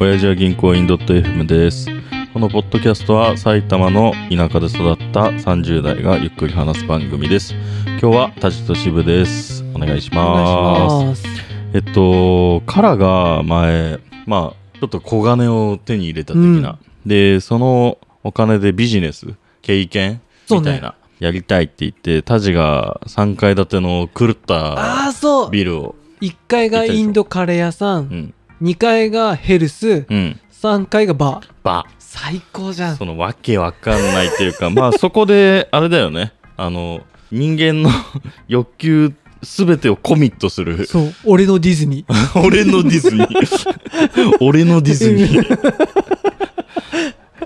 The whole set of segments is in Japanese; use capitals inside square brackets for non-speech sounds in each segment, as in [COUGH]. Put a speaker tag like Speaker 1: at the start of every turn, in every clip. Speaker 1: 親父は銀行員 .fm ですこのポッドキャストは埼玉の田舎で育った30代がゆっくり話す番組です今日はタジとシブですお願いします
Speaker 2: す。
Speaker 1: えっとカラが前まあちょっと小金を手に入れた的な、でそのお金でビジネス経験
Speaker 2: そう
Speaker 1: み
Speaker 2: ね
Speaker 1: たいな、やりたいって言ってタジが3階建ての狂った
Speaker 2: ああ、そう。
Speaker 1: ビルを
Speaker 2: 1階がインドカレー屋さ、
Speaker 1: うんん
Speaker 2: 2階がヘルス、
Speaker 1: うん
Speaker 2: 3階がバー。
Speaker 1: バ
Speaker 2: 最高じゃん
Speaker 1: そ。のわけわかんないっていうかまあそこであれだよねあの人間の [LAUGHS] 欲求すべてをコミットする
Speaker 2: そう、俺のディズニー。
Speaker 1: 俺のディズニー
Speaker 2: [LAUGHS]
Speaker 1: 俺のディズニー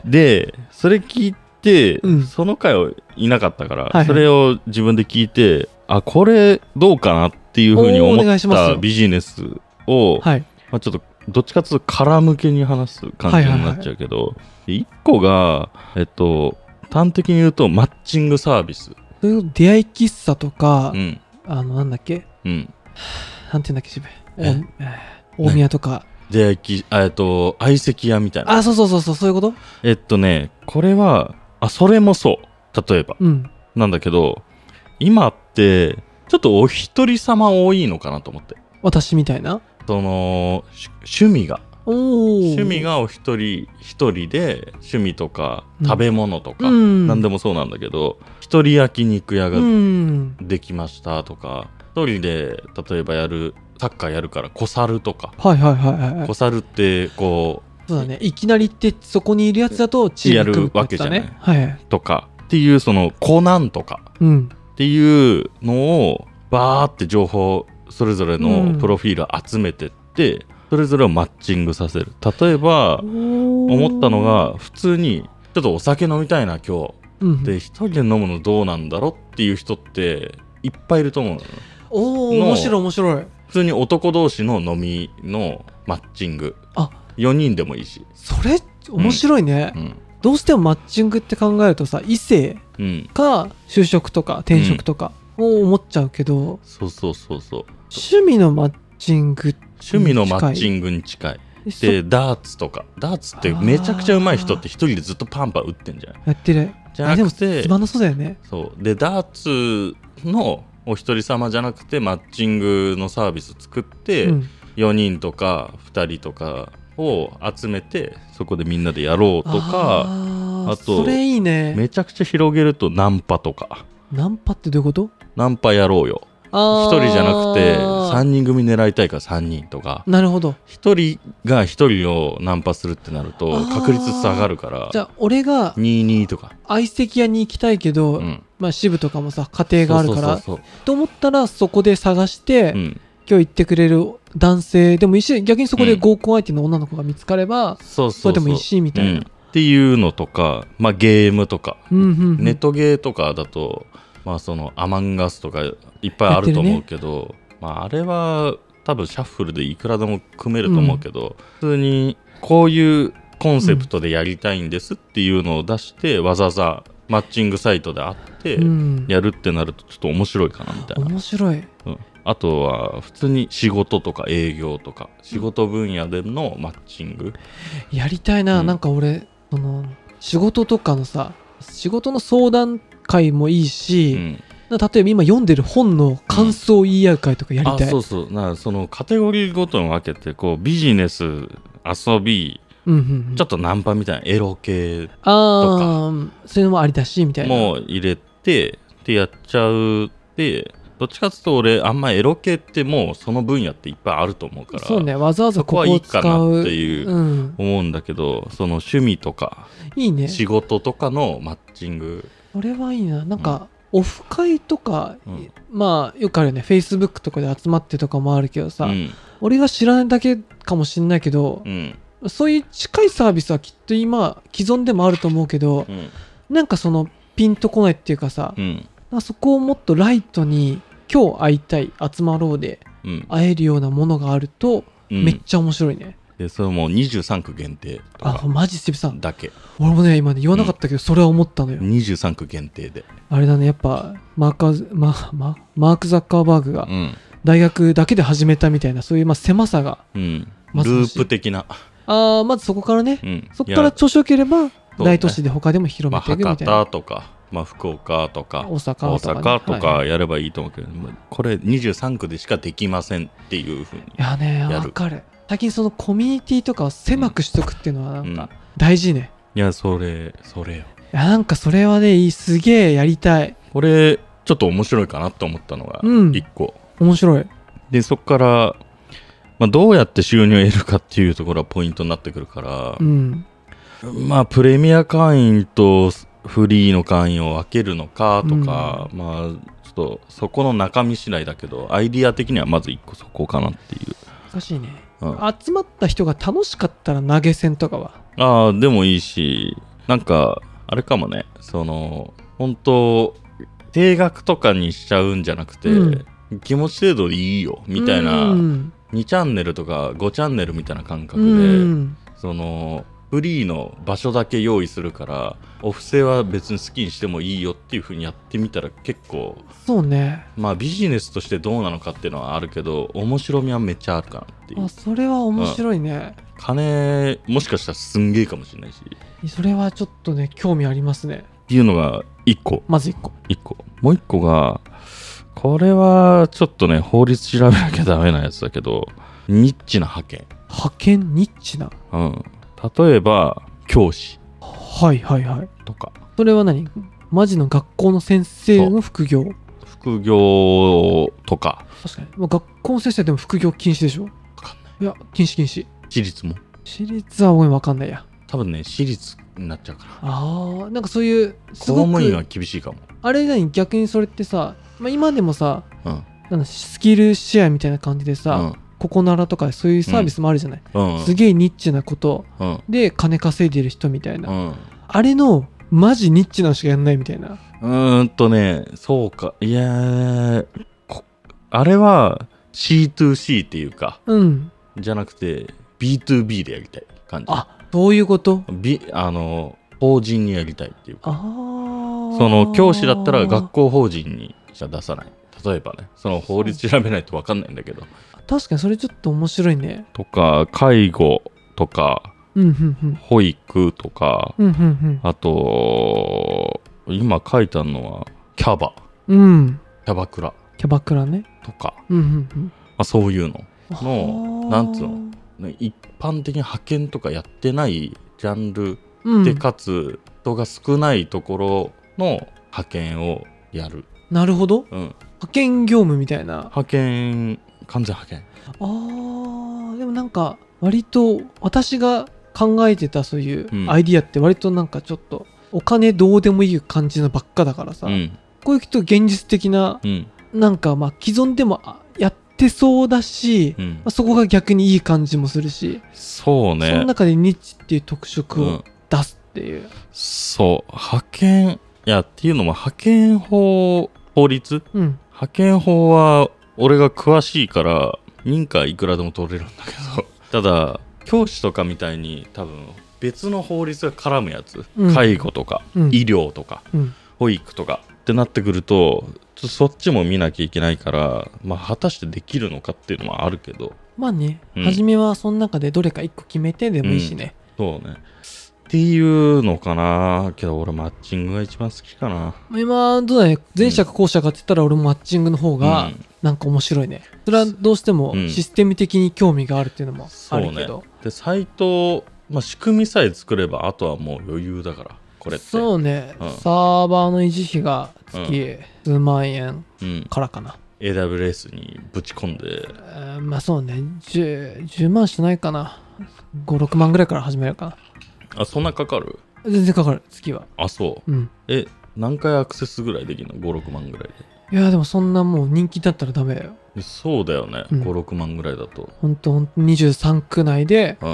Speaker 1: でそれ聞いて、
Speaker 2: うん
Speaker 1: その回はいなかったから、
Speaker 2: いはい
Speaker 1: それを自分で聞いてあこれどうかなっていうふうに
Speaker 2: おーお
Speaker 1: 思
Speaker 2: 願い
Speaker 1: っ
Speaker 2: します
Speaker 1: た
Speaker 2: よ
Speaker 1: ビジネスを、
Speaker 2: はい。
Speaker 1: まあ、ちょっとどっちかというと殻向けに話す感じになっちゃうけど、で一個が、えっと、端的に言うとマッチングサービス。
Speaker 2: そういうこと出会い喫茶とか
Speaker 1: う、ん。
Speaker 2: あの、なんだっけ
Speaker 1: うん。
Speaker 2: なんて言うんだっけ、渋
Speaker 1: え
Speaker 2: 谷。おえー大宮とか。
Speaker 1: 出会いき、あえっと、相席屋みたいな。
Speaker 2: あ、そうそうそうそう、そういうこと
Speaker 1: えっとね、これは、あ、それもそう。例えば。
Speaker 2: うん。
Speaker 1: なんだけど、今って、ちょっとお一人様多いのかなと思って。
Speaker 2: 私みたいな。
Speaker 1: その、し趣味が。
Speaker 2: おお。
Speaker 1: 趣味。がお一人一人で、趣味とか、
Speaker 2: うん
Speaker 1: 食べ物とか、
Speaker 2: うん。
Speaker 1: 何でもそうなんだけど、一人焼肉屋が
Speaker 2: うん。
Speaker 1: できましたとか一人で例えばやるサッカーやるから小猿とか
Speaker 2: はいはいはいはいはい
Speaker 1: 小。猿ってこ
Speaker 2: そうだね。いきなり行って、そこにいるやつだと、チーム組むってだね
Speaker 1: やるわけ
Speaker 2: はいはい。
Speaker 1: うとかっていうそのコナンとか
Speaker 2: うん。
Speaker 1: っていうのをバーって情報それぞれ
Speaker 2: う
Speaker 1: の
Speaker 2: ん
Speaker 1: プロフィールを集めてって、それぞれをマッチングさせる例えば思
Speaker 2: 思
Speaker 1: ったの、が普通にちょっとお酒飲みたいな今日
Speaker 2: うん、
Speaker 1: で一人で飲むのどうなんだろうっていう人っていっぱいいると思うのよ
Speaker 2: おお
Speaker 1: の
Speaker 2: 面白い面白い
Speaker 1: 普通に男同士の飲みのマッチング
Speaker 2: あ
Speaker 1: 4人でもいいし
Speaker 2: それ面白いね、
Speaker 1: うん
Speaker 2: どうしてもマッチングって考えるとさ異性
Speaker 1: うん
Speaker 2: か就職とか転職とかを思っちゃうけど、
Speaker 1: そうそうそうそう
Speaker 2: 趣味のマッチング
Speaker 1: 趣味のマッチングに近い
Speaker 2: そ
Speaker 1: でダーツとかダーツってめちゃくちゃうまい人って一人でずっとパンパン打ってんじゃん
Speaker 2: やってる
Speaker 1: じゃなくて
Speaker 2: つまんなそうだよね
Speaker 1: そうでダーツのお一人様じゃなくてマッチングのサービス作って、
Speaker 2: うん、
Speaker 1: 4人とか2人とかを集めてそこでみんなでやろうとか
Speaker 2: あ
Speaker 1: あ
Speaker 2: あ
Speaker 1: と
Speaker 2: それいいね
Speaker 1: めちゃくちゃ広げるとナンパとか
Speaker 2: ナンパってどういうこと
Speaker 1: ナンパやろうよ
Speaker 2: あ
Speaker 1: 一人じゃなくて3人
Speaker 2: 人
Speaker 1: 組狙いたいから3人とか
Speaker 2: なるほど
Speaker 1: 一人が一人をナンパするってなる
Speaker 2: あ
Speaker 1: と
Speaker 2: ー
Speaker 1: 確率下がるから
Speaker 2: じゃあ俺が
Speaker 1: 22とか、
Speaker 2: 相席屋に行きたいけ
Speaker 1: う
Speaker 2: ど、
Speaker 1: ん、
Speaker 2: まあ支部とかもさ家庭があるか
Speaker 1: そう
Speaker 2: ら
Speaker 1: そうそう
Speaker 2: と思ったらそこで探して、
Speaker 1: そう、うん、
Speaker 2: 今日行ってくれる男性でもいいし逆にそこで合コン相手の女の子が見つかれば、
Speaker 1: そう
Speaker 2: そ
Speaker 1: そう
Speaker 2: れでもいいしみたい
Speaker 1: うん
Speaker 2: な、
Speaker 1: っていうのとか、まあ、ゲームとか、
Speaker 2: うんうんうん
Speaker 1: ネットゲーとかだと、まあ、そのアマンガスとかいっぱいあると思うけど、まあ、あれは多分シャッフルでいくらでも組めると思うけど、普通にこういうコンセプトでやりたいんですっていうのを出して、わざわざマッチングサイトで会って
Speaker 2: うん
Speaker 1: やるってなるとちょっと面白いかなみたいな、
Speaker 2: 面白い
Speaker 1: うんあとは普通に仕事とか営業とか仕事分野でのマッチング、
Speaker 2: やりたいな、
Speaker 1: うん
Speaker 2: なんか俺その仕事とかのさ仕事の相談会もいいうし、
Speaker 1: ん、
Speaker 2: な例えば今読んでる本の感想を言い合う会とかやり
Speaker 1: あ
Speaker 2: たい、う
Speaker 1: そ
Speaker 2: ん
Speaker 1: うそうなそのカテゴリーごとに分けてこうビジネス遊び
Speaker 2: うんうん、
Speaker 1: ちょっ
Speaker 2: と
Speaker 1: とナンパみたいなエロ系
Speaker 2: ああそういうのもありだしみたいな
Speaker 1: も入れてってやっちゃうってどっちかっていうと俺あんまエロ系ってもうその分野っていっぱいあると思うから
Speaker 2: そうねわざわざ
Speaker 1: そこ
Speaker 2: こ
Speaker 1: は
Speaker 2: こ
Speaker 1: い
Speaker 2: を
Speaker 1: い
Speaker 2: 使
Speaker 1: か
Speaker 2: う
Speaker 1: なっていう、
Speaker 2: うん、
Speaker 1: 思うんだけどその趣味とか
Speaker 2: いいね
Speaker 1: 仕事とかのマッチング
Speaker 2: これはいいななんか、オフ会とか、
Speaker 1: うん
Speaker 2: まあよくあるよねフェイスブックとかで集まってとかもあるけどさ、
Speaker 1: うん
Speaker 2: 俺が知らないだけかもしんないけど
Speaker 1: う、ん
Speaker 2: そういう近いサービスはきっと今既存でもあると思うけど
Speaker 1: う、ん
Speaker 2: なんかそのピンとこないっていうかさ、
Speaker 1: うん
Speaker 2: なんかそこをもっとライトに今日会いたい集まろうで
Speaker 1: うん
Speaker 2: 会えるようなものがあると、
Speaker 1: うん
Speaker 2: めっちゃ面白いね
Speaker 1: でそれもう23区限定と
Speaker 2: あ
Speaker 1: か
Speaker 2: マジセブさん
Speaker 1: だけ
Speaker 2: 俺もね今ね言わなかったけど、それは思ったのよ、
Speaker 1: 23区限定で
Speaker 2: あれだねやっぱマーカーズマママーク・ザッカーバーグが
Speaker 1: うん
Speaker 2: 大学だけで始めたみたいなそういうまあ狭さが
Speaker 1: うんル
Speaker 2: まさし
Speaker 1: ープ的な
Speaker 2: あああまずそこからね
Speaker 1: うん、
Speaker 2: そこから
Speaker 1: いや
Speaker 2: 調子よければ
Speaker 1: ね
Speaker 2: 大都市で他でも広
Speaker 1: まあ、
Speaker 2: めていくみ
Speaker 1: 博
Speaker 2: たいな、
Speaker 1: 多とか、まあ、福岡とか
Speaker 2: 大阪とかね
Speaker 1: 大阪と
Speaker 2: は
Speaker 1: か
Speaker 2: い
Speaker 1: やればいいと思うけど、まあこれ23区でしかできませんっていうふうに
Speaker 2: いやね
Speaker 1: やる
Speaker 2: わかる最近そのコミュニティとかを狭くしとくっていうのはな
Speaker 1: うんん
Speaker 2: か大事ね、
Speaker 1: いやそれそれよ
Speaker 2: いやなんかそれはねいいすげえやりたい
Speaker 1: これちょっと面白いかなと思ったのが
Speaker 2: うん
Speaker 1: 1個、
Speaker 2: 面白い
Speaker 1: でそこから、まあ、どうやって収入を得るかっていうところがポイントになってくるから
Speaker 2: う、ん
Speaker 1: まあプレミア会員とフリーの会員を分けるのかとか、まあちょっとそこの中身次第だけどアイディア的にはまず1個そこかなっていう、
Speaker 2: 難しいね
Speaker 1: うん、
Speaker 2: 集まった人が楽しかったら投げ銭とかは
Speaker 1: ああでもいいしなんかあれかもねその本当定額とかにしちゃうんじゃなくて、
Speaker 2: うん
Speaker 1: 気持ち程度でいいよみたいな、
Speaker 2: うん
Speaker 1: 2チャンネルとか5チャンネルみたいな感覚
Speaker 2: う
Speaker 1: で、
Speaker 2: ん
Speaker 1: そのフリーの場所だけ用意するからお布施は別に好きにしてもいいよっていう風にやってみたら結構
Speaker 2: そうね
Speaker 1: まあビジネスとしてどうなのかっていうのはあるけど面白みはめっちゃあるかなっていう
Speaker 2: あそれは面白いね、
Speaker 1: 金もしかしたらすんげえかもしれないしっ
Speaker 2: それはちょっとね興味ありますね
Speaker 1: ていうのが1個
Speaker 2: まず1個
Speaker 1: 一個もう一個がこれはちょっとね法律調べなきゃダメなやつだけどニッチな派遣
Speaker 2: 派遣ニッチな
Speaker 1: うん例えば教師
Speaker 2: はいはいはい
Speaker 1: とか
Speaker 2: それは何マジの学校の先生の副業
Speaker 1: 副業とか
Speaker 2: 確かに、まあ、学校の先生でも副業禁止でしょ
Speaker 1: かんない
Speaker 2: や禁止禁止
Speaker 1: 私立も
Speaker 2: 私立は俺分かんないや
Speaker 1: 多分ね私立になっちゃうから
Speaker 2: あーなんかそういう
Speaker 1: 公
Speaker 2: すご
Speaker 1: 務員は
Speaker 2: く
Speaker 1: 厳しいかも
Speaker 2: あれ何逆にそれってさ、まあ、今でもさ
Speaker 1: うん
Speaker 2: あのスキルシェアみたいな感じでさ、ここならとかそういうサービスもあるじゃない、
Speaker 1: うんうん
Speaker 2: すげえニッチなこと
Speaker 1: うん
Speaker 2: で金稼いでる人みたいな、
Speaker 1: うん
Speaker 2: あれのマジニッチなのしかやんないみたいな
Speaker 1: うーんとねそうかいやーこあれは C2C っていうか
Speaker 2: うん
Speaker 1: じゃなくて B2B でやりたい感じ
Speaker 2: あそういうこと
Speaker 1: びあの法人にやりたいっていうか
Speaker 2: あー
Speaker 1: その教師だったら学校法人にしか出さない例えばねその法律調べないと分かんないんだけど
Speaker 2: 確かにそれちょっと面白いね
Speaker 1: とか介護とか
Speaker 2: うんうんうん
Speaker 1: 保育とか
Speaker 2: うんうん
Speaker 1: あと今書いてあるのはキャバ
Speaker 2: うんうん
Speaker 1: キャバクラ
Speaker 2: キャバクラね
Speaker 1: とか、
Speaker 2: うんうんうん
Speaker 1: まあ、そういうの、の
Speaker 2: あー
Speaker 1: なんつうのね一般的に派遣とかやってないジャンル
Speaker 2: うん
Speaker 1: でかつ人が少ないところの派遣をやる、
Speaker 2: なるほ
Speaker 1: う
Speaker 2: ど
Speaker 1: ん、
Speaker 2: 派遣業務みたいなあ
Speaker 1: 派遣完全派遣
Speaker 2: ーでもなんか割と私が考えてたそういううんアイディアって割となんかちょっとお金どうでもいい感じのばっかだからさ、
Speaker 1: うん
Speaker 2: こういうと現実的な
Speaker 1: うん
Speaker 2: なんかまあ既存でもあやってそうだし、
Speaker 1: う
Speaker 2: ま
Speaker 1: ん
Speaker 2: あ、そこが逆にいい感じもするし、
Speaker 1: そう
Speaker 2: その
Speaker 1: ね
Speaker 2: 中でニッチっていう特色
Speaker 1: う
Speaker 2: を
Speaker 1: ん
Speaker 2: 出すっていう、
Speaker 1: そう派遣いやっていうのも派遣法法律
Speaker 2: うん
Speaker 1: 派遣法は俺が詳しいから認可いくらでも取れるんだけど [LAUGHS] ただ教師とかみたいに多分別の法律が絡むやつ、
Speaker 2: うん
Speaker 1: 介護とか、
Speaker 2: うん
Speaker 1: 医療とか
Speaker 2: うん
Speaker 1: 保育とかってなってくるとちょっとそっちも見なきゃいけないから、まあ、果たしてできるのかっていうのもあるけど
Speaker 2: まあね、
Speaker 1: うん
Speaker 2: 初めはその中でどれか一個決めてでもいいしね、
Speaker 1: そうね。っていうのかなけど俺マッチングが一番好きかな。
Speaker 2: 今どうだね前者か後者かって言ったら俺もマッチングの方
Speaker 1: う
Speaker 2: が
Speaker 1: ん
Speaker 2: なんか面白いね、それはどうしても
Speaker 1: うん
Speaker 2: システム的に興味があるっていうのもあるけど、
Speaker 1: で、サイト、まあ、仕組みさえ作ればあとはもう余裕だから、これって。
Speaker 2: そうね、
Speaker 1: うん
Speaker 2: サーバーの維持費が月数万円
Speaker 1: うん。
Speaker 2: からかな、
Speaker 1: AWS にぶち込んで、
Speaker 2: えーまあそうね 10, 10万しないかな56万ぐらいから始めるか
Speaker 1: あ、そんなかかる
Speaker 2: な全然かかる月は
Speaker 1: あ、そう。
Speaker 2: うん
Speaker 1: え、何回アクセスぐらいできるの ?5、6万ぐらいで。
Speaker 2: いやでもそんなもう人気だったらダメだよ
Speaker 1: でそうだよね。
Speaker 2: うん
Speaker 1: 5、6万ぐらいだと。
Speaker 2: ほんとほんと23区内で
Speaker 1: う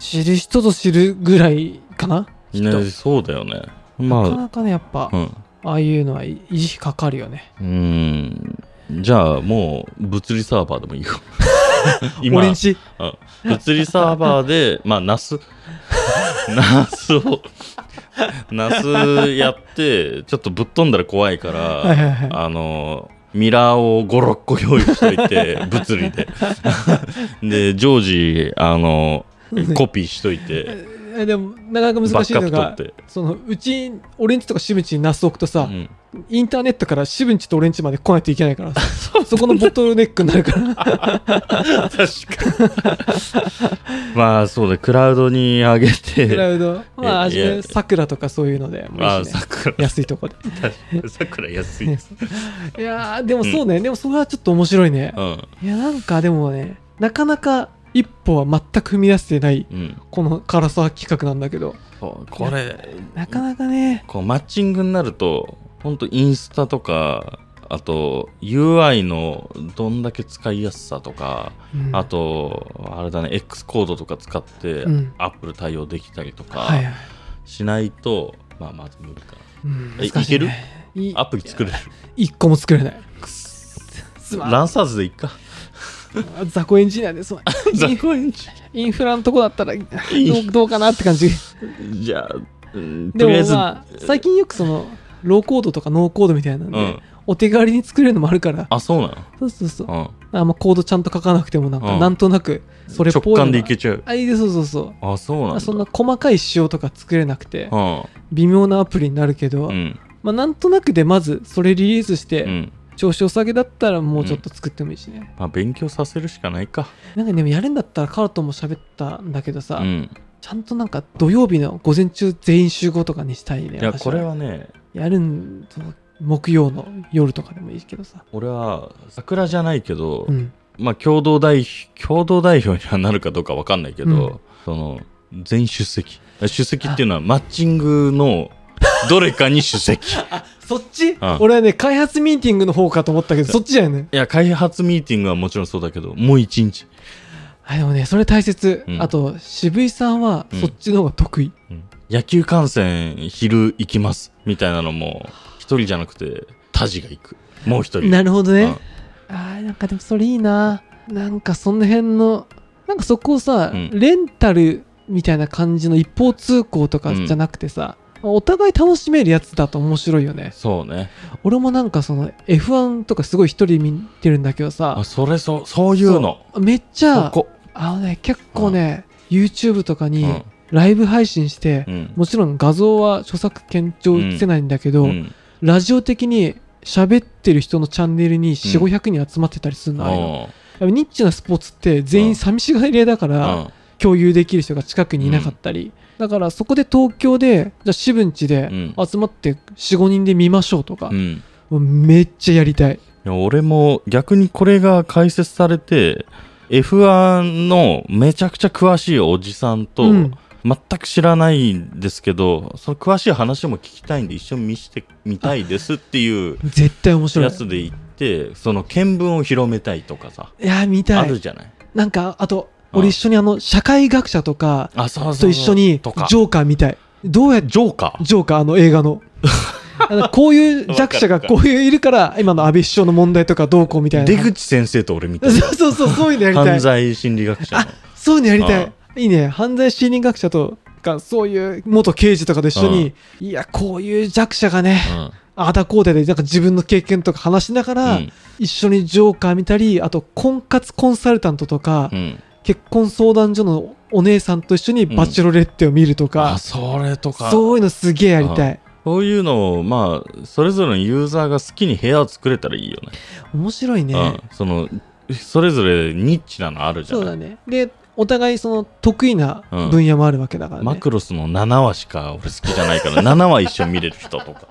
Speaker 2: 知る人ぞ知るぐらいかな、
Speaker 1: ん。
Speaker 2: きっと
Speaker 1: ね、そうだよね。
Speaker 2: なか
Speaker 1: ま
Speaker 2: なかねやっぱ、
Speaker 1: あ、うん。
Speaker 2: ああいうのは維持費かかるよね
Speaker 1: うーん。じゃあもう物理サーバーでも
Speaker 2: [LAUGHS]
Speaker 1: いいよ。
Speaker 2: 俺んち
Speaker 1: うん物理サーバーで、 [LAUGHS] まあ、ナス、ナスを、ナスやって、ちょっとぶっ飛んだら怖いから、
Speaker 2: はいはいはい
Speaker 1: あの、ミラーを5、6個用意しといて、物理で。で、常時、あの、コピーしといて
Speaker 2: えでもなかなか難しいの
Speaker 1: バックアッ
Speaker 2: が
Speaker 1: プ取って
Speaker 2: そのうち俺んちとか渋んちにナス置く
Speaker 1: う
Speaker 2: とさ、
Speaker 1: ん
Speaker 2: インターネットから渋んちと俺んちまで来ないといけないか
Speaker 1: [LAUGHS]
Speaker 2: らさそこのボトルネックになるから
Speaker 1: 確かに [LAUGHS] まあそうだクラウドに上げ
Speaker 2: ク
Speaker 1: て
Speaker 2: ラウドまあ
Speaker 1: いやい
Speaker 2: 味
Speaker 1: や
Speaker 2: さくらとかそういうのでも
Speaker 1: ま
Speaker 2: い
Speaker 1: あ
Speaker 2: いしね
Speaker 1: 桜
Speaker 2: 安いとこで
Speaker 1: 桜安い
Speaker 2: ね
Speaker 1: です、
Speaker 2: [LAUGHS] いやーでもそうね、でもそれはちょっと面白いね
Speaker 1: うん
Speaker 2: いやなんかでもねなかなか一歩は全く踏み出せてない
Speaker 1: うん、
Speaker 2: この唐沢企画なんだけど
Speaker 1: そうこれ
Speaker 2: なかなかね、
Speaker 1: こうマッチングになると本当インスタとかあと UI のどんだけ使いやすさとか、
Speaker 2: うん
Speaker 1: あとあれだね X コードとか使って
Speaker 2: うん
Speaker 1: アップル対応できたりとか
Speaker 2: はいはい、
Speaker 1: しないと、まあまず無理か
Speaker 2: うん
Speaker 1: え
Speaker 2: 難しねい
Speaker 1: なアプリ作れる
Speaker 2: 一個も作れないすまん
Speaker 1: ランサーズでいっか
Speaker 2: 雑魚エンジニアですわ
Speaker 1: [LAUGHS] 雑魚エンジ
Speaker 2: インフラのとこだったらどうどうかなって感じ
Speaker 1: [LAUGHS] じゃあ、うん
Speaker 2: で
Speaker 1: とりあえ
Speaker 2: も
Speaker 1: ず、
Speaker 2: まあ最近よくそのローコードとかノーコードみたいなんで、
Speaker 1: うん
Speaker 2: お手軽に作れるのもあるから
Speaker 1: あそうなの
Speaker 2: そうそうそう、
Speaker 1: うん
Speaker 2: あんまコードちゃんと書かなくてもなんか
Speaker 1: うん
Speaker 2: なんとなくそれっ
Speaker 1: 直
Speaker 2: ぽいのが
Speaker 1: 感でいけちゃう
Speaker 2: あいいでそうそうそう
Speaker 1: あそうなんだ
Speaker 2: あそんな細かい仕様とか作れなくて
Speaker 1: う
Speaker 2: 微妙なアプリになるけど、
Speaker 1: んうん
Speaker 2: まあ、なんとなくでまずそれリリースし
Speaker 1: う
Speaker 2: て
Speaker 1: ん
Speaker 2: 調子を下げだったらもうちょっと作ってもいいしね、
Speaker 1: まあ勉強させるしかないか
Speaker 2: なんかでもやるんだったらカラトンも喋ったんだけどさ、
Speaker 1: うん
Speaker 2: ちゃんとなんか土曜日の午前中全員集合とかにしたいね
Speaker 1: いや
Speaker 2: 私
Speaker 1: これはね
Speaker 2: やるんと木曜の夜とかでもいいけどさ
Speaker 1: 俺は桜じゃないけど、
Speaker 2: うん
Speaker 1: まあ共同代表共同代表にはなるかどうかわかんないけど、
Speaker 2: うん
Speaker 1: その全員出席出席っていうのはマッチングのどれかに出
Speaker 2: [LAUGHS]
Speaker 1: 席い
Speaker 2: そっち、
Speaker 1: ん
Speaker 2: 俺はね開発ミーティングの方かと思ったけどそっちだよね
Speaker 1: や開発ミーティングはもちろんそうだけどもう一日
Speaker 2: あでもねそれ大切、
Speaker 1: うん
Speaker 2: あと渋井さんは
Speaker 1: うん
Speaker 2: そっちの方が得意、
Speaker 1: 野球観戦昼行きますみたいなのも一人じゃなくてタジが行くもう一人
Speaker 2: なるほどね、あーなんかでもそれいいななんかその辺のなんかそこをさ、
Speaker 1: うん
Speaker 2: レンタルみたいな感じの一方通行とかじゃなくてさ、お互い楽しめるやつだと面白いよね
Speaker 1: そうね
Speaker 2: 俺もなんかその F1 とかすごい一人見てるんだけどさ
Speaker 1: あそれそうそういうの
Speaker 2: めっち
Speaker 1: そ
Speaker 2: ゃ
Speaker 1: こ
Speaker 2: あのね結構ね YouTube とか
Speaker 1: う
Speaker 2: に
Speaker 1: ん
Speaker 2: ライブ配信して、
Speaker 1: うん
Speaker 2: もちろん画像は著作権上映せないんだけど、
Speaker 1: うん
Speaker 2: ラジオ的に喋ってる人のチャンネルに4、
Speaker 1: うん
Speaker 2: 500人集まってたりするの、ああいうの
Speaker 1: うん
Speaker 2: やっぱニッチなスポーツって全員寂しがり屋だから、
Speaker 1: うん
Speaker 2: 共有できる人が近くにいなかったり、だからそこで東京でじゃあ四分地で
Speaker 1: うん
Speaker 2: 集まって45人で見ましょうとか、
Speaker 1: うん
Speaker 2: もうめっちゃやりたい
Speaker 1: いや俺も逆にこれが解説されて F1 のめちゃくちゃ詳しいおじさんと、
Speaker 2: うん
Speaker 1: 全く知らないんですけどその詳しい話も聞きたいんで一緒に見してみたいですっていう
Speaker 2: 絶対面白い
Speaker 1: やつで行ってその見聞を広めたいとかさ、
Speaker 2: いや見た
Speaker 1: ある
Speaker 2: い
Speaker 1: じゃない
Speaker 2: なんかあと
Speaker 1: うん
Speaker 2: 俺一緒にあの社会学者とか
Speaker 1: あそうそうそう
Speaker 2: と一緒にジ
Speaker 1: とか
Speaker 2: ョーカー見たいどうやって
Speaker 1: ジョーカ
Speaker 2: ジョーカーあの映画のあのこういう弱者がこういういるから今の安倍首相の問題とかどうこうみた
Speaker 1: ー
Speaker 2: い
Speaker 1: 出
Speaker 2: な
Speaker 1: 口先生と俺
Speaker 2: [LAUGHS]
Speaker 1: みたいな
Speaker 2: そうそうそうそういうのやりた
Speaker 1: 犯
Speaker 2: い
Speaker 1: 罪心理学者の
Speaker 2: そういうのやりたい
Speaker 1: あ。
Speaker 2: いいね。犯罪心理学者とか、そういう元刑事とかと一緒に、いや、こういう弱者がね、
Speaker 1: うん
Speaker 2: ああだこうだで、なんか自分の経験とか話しながら、
Speaker 1: うん
Speaker 2: 一緒にジョーカー見たり、あと、婚活コンサルタントとか、
Speaker 1: うん
Speaker 2: 結婚相談所のお姉さんと一緒にバチェロレッテを見ると
Speaker 1: あ
Speaker 2: か、
Speaker 1: それとか
Speaker 2: そういうのすげえやりたい。
Speaker 1: そういうのをまあそれぞれのユーザーが好きに部屋を作れたらいいよね
Speaker 2: 面白いね。
Speaker 1: うん、そのそれぞれニッチなのあるじゃ
Speaker 2: そ
Speaker 1: な
Speaker 2: う
Speaker 1: い
Speaker 2: だね。で、お互いその得意な分野もあるわけだからね。
Speaker 1: マクロスの7話しか俺好きじゃないから [LAUGHS] 7話一緒に見れる人とか、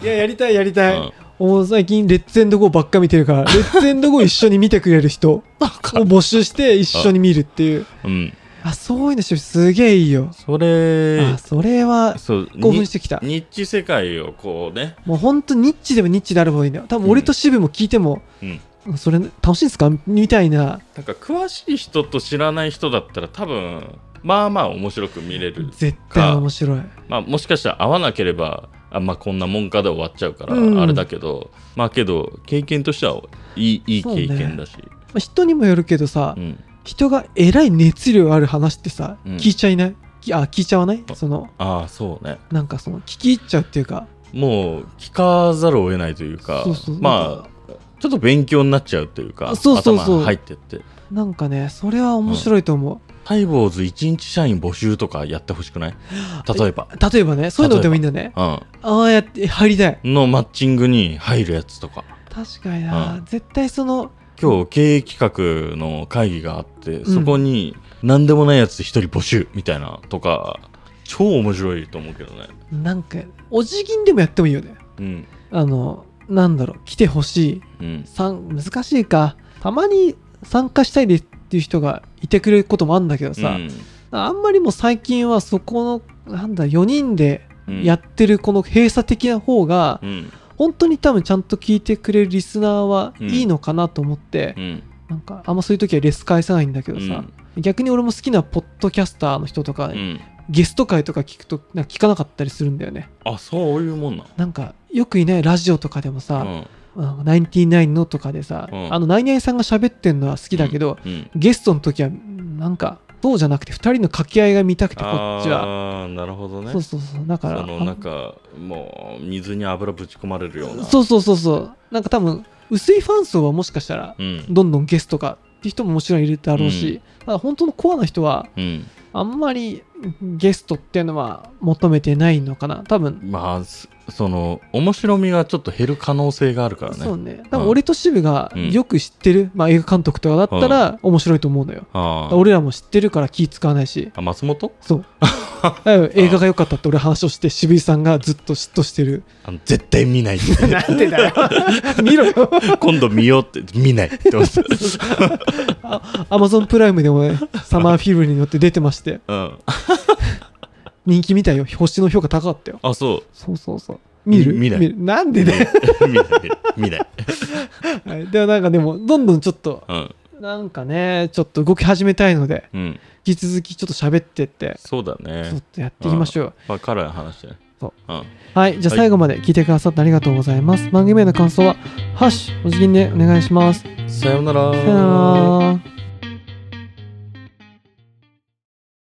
Speaker 2: いや、やりたい、やりたい。
Speaker 1: うん
Speaker 2: もう最近レッツエンドゴーばっか見てるからレッツエンドゴー一緒に見てくれる人を募集して一緒に見るっていう
Speaker 1: うん、
Speaker 2: あそういうのすげえいいよ
Speaker 1: それ
Speaker 2: あそれは
Speaker 1: そう
Speaker 2: 興
Speaker 1: に
Speaker 2: 奮してきた
Speaker 1: ニッチ世界をこうね、
Speaker 2: もうほんとニッチでもニッチであるほどいいんだよ多分俺と渋も聞いても、
Speaker 1: うん、
Speaker 2: それ楽しいんですかみたいな
Speaker 1: なんか詳しい人と知らない人だったら多分まあまあ面白く見れる、
Speaker 2: 絶対面白い
Speaker 1: まあ、もしかしたら合わなければあ、まあ、こんなもんかで終わっちゃうから、
Speaker 2: うん
Speaker 1: あれだけどまあけど経験としてはいいいい
Speaker 2: そうね
Speaker 1: 経験だし
Speaker 2: まあ人にもよるけどさ、
Speaker 1: うん、
Speaker 2: 人がえらい熱量ある話ってさ、
Speaker 1: うん
Speaker 2: 聞いちゃいないきあ聞いちゃわないその
Speaker 1: ああそうね
Speaker 2: なんかその聞き入っちゃうっていうか
Speaker 1: もう聞かざるを得ないというか
Speaker 2: そうそうなん
Speaker 1: ま
Speaker 2: か
Speaker 1: あちょっと勉強になっちゃうというか
Speaker 2: そうそうそ
Speaker 1: 頭
Speaker 2: う
Speaker 1: に入ってって
Speaker 2: なんかねそれは面白いと思う、
Speaker 1: タイボーズ1日社員募集とかやってほしくない例えば。
Speaker 2: 例えばねそういうのでもいいんだね
Speaker 1: う
Speaker 2: ああやって入りたい
Speaker 1: ん。のマッチングに入るやつとか。
Speaker 2: 確かにな、
Speaker 1: う
Speaker 2: 絶対その
Speaker 1: 今日経営企画の会議があって、そこに何でもないやつ1人募集みたいなとか、超面白いと思うけどね。
Speaker 2: なんかお辞儀でもやってもいいよね
Speaker 1: うん。
Speaker 2: あのなんだろう来てほしい
Speaker 1: うん。
Speaker 2: さん難しいかたまに参加したいですっていう人がいてくれることもあるんだけどさ、
Speaker 1: うん
Speaker 2: あんまりもう最近はそこのなんだ4人で
Speaker 1: うん
Speaker 2: やってるこの閉鎖的な方が
Speaker 1: うん。
Speaker 2: 本当に多分ちゃんと聞いてくれるリスナーはいいのかなと思って、
Speaker 1: うん。
Speaker 2: なんかあんまそういう時はレス返さないんだけどさ、逆に俺も好きなポッドキャスターの人とか、
Speaker 1: うん。
Speaker 2: ゲスト会とか聞くとなんか聞かなかったりするんだよね
Speaker 1: あ、そういうもんな。
Speaker 2: なんかよくいないラジオとかでも
Speaker 1: う
Speaker 2: さ、
Speaker 1: ん。
Speaker 2: あのナインティナインのとかでさ、
Speaker 1: うん
Speaker 2: あのナイナイさんが喋ってんのは好きだけど、
Speaker 1: うん。
Speaker 2: ゲストの時はなんかそうじゃなくて2人の掛け合いが見たくてこっちは、
Speaker 1: ああー、なるほどね。
Speaker 2: そうそうそうだから
Speaker 1: そのなんかもう水に油ぶち込まれるような
Speaker 2: そうそうそうそうなんか多分薄いファン層はもしかしたら
Speaker 1: うん
Speaker 2: どんどんゲストかって人ももちろんいるだろうし、ただ本当のコアな人は
Speaker 1: うん
Speaker 2: あんまりゲストっていうのは求めてないのかな多分、
Speaker 1: まあすその面白みがちょっと減る可能性があるから
Speaker 2: そう
Speaker 1: ね
Speaker 2: ね多分俺と渋が
Speaker 1: うん
Speaker 2: よく知ってる、まあ、映画監督とかだったら面白いと思うのよ、
Speaker 1: ああ
Speaker 2: 俺らも知ってるから気使わないし
Speaker 1: あ松本 [LAUGHS]
Speaker 2: そううん映画が良かったって俺話をして渋井さんがずっと嫉妬してる
Speaker 1: あの絶対見ないって
Speaker 2: なんでだよ [LAUGHS] 見ろよ
Speaker 1: [LAUGHS] 今度見ようって見ないって思って
Speaker 2: アマゾンプライムでもねサマーフィルムによって出てまして
Speaker 1: うん
Speaker 2: 人気みたいよ星の評価高かったよ
Speaker 1: あそう
Speaker 2: そうそうそう見る
Speaker 1: 見ない
Speaker 2: なんでだよ、
Speaker 1: 見ない見ない
Speaker 2: はいでもなんかでもどんどんちょっと
Speaker 1: うん
Speaker 2: なんかねちょっと動き始めたいので
Speaker 1: うん
Speaker 2: 引き続きちょっと喋ってって
Speaker 1: そうだ
Speaker 2: ちょ
Speaker 1: ね
Speaker 2: っとやっていきましょう
Speaker 1: まあカラーの話だね
Speaker 2: そ
Speaker 1: う
Speaker 2: う
Speaker 1: ん
Speaker 2: はいじゃあ
Speaker 1: はい
Speaker 2: 最後まで聞いてくださってありがとうございます、番組への感想は「ハッシュお辞儀でお願いします
Speaker 1: さようなら
Speaker 2: さよなら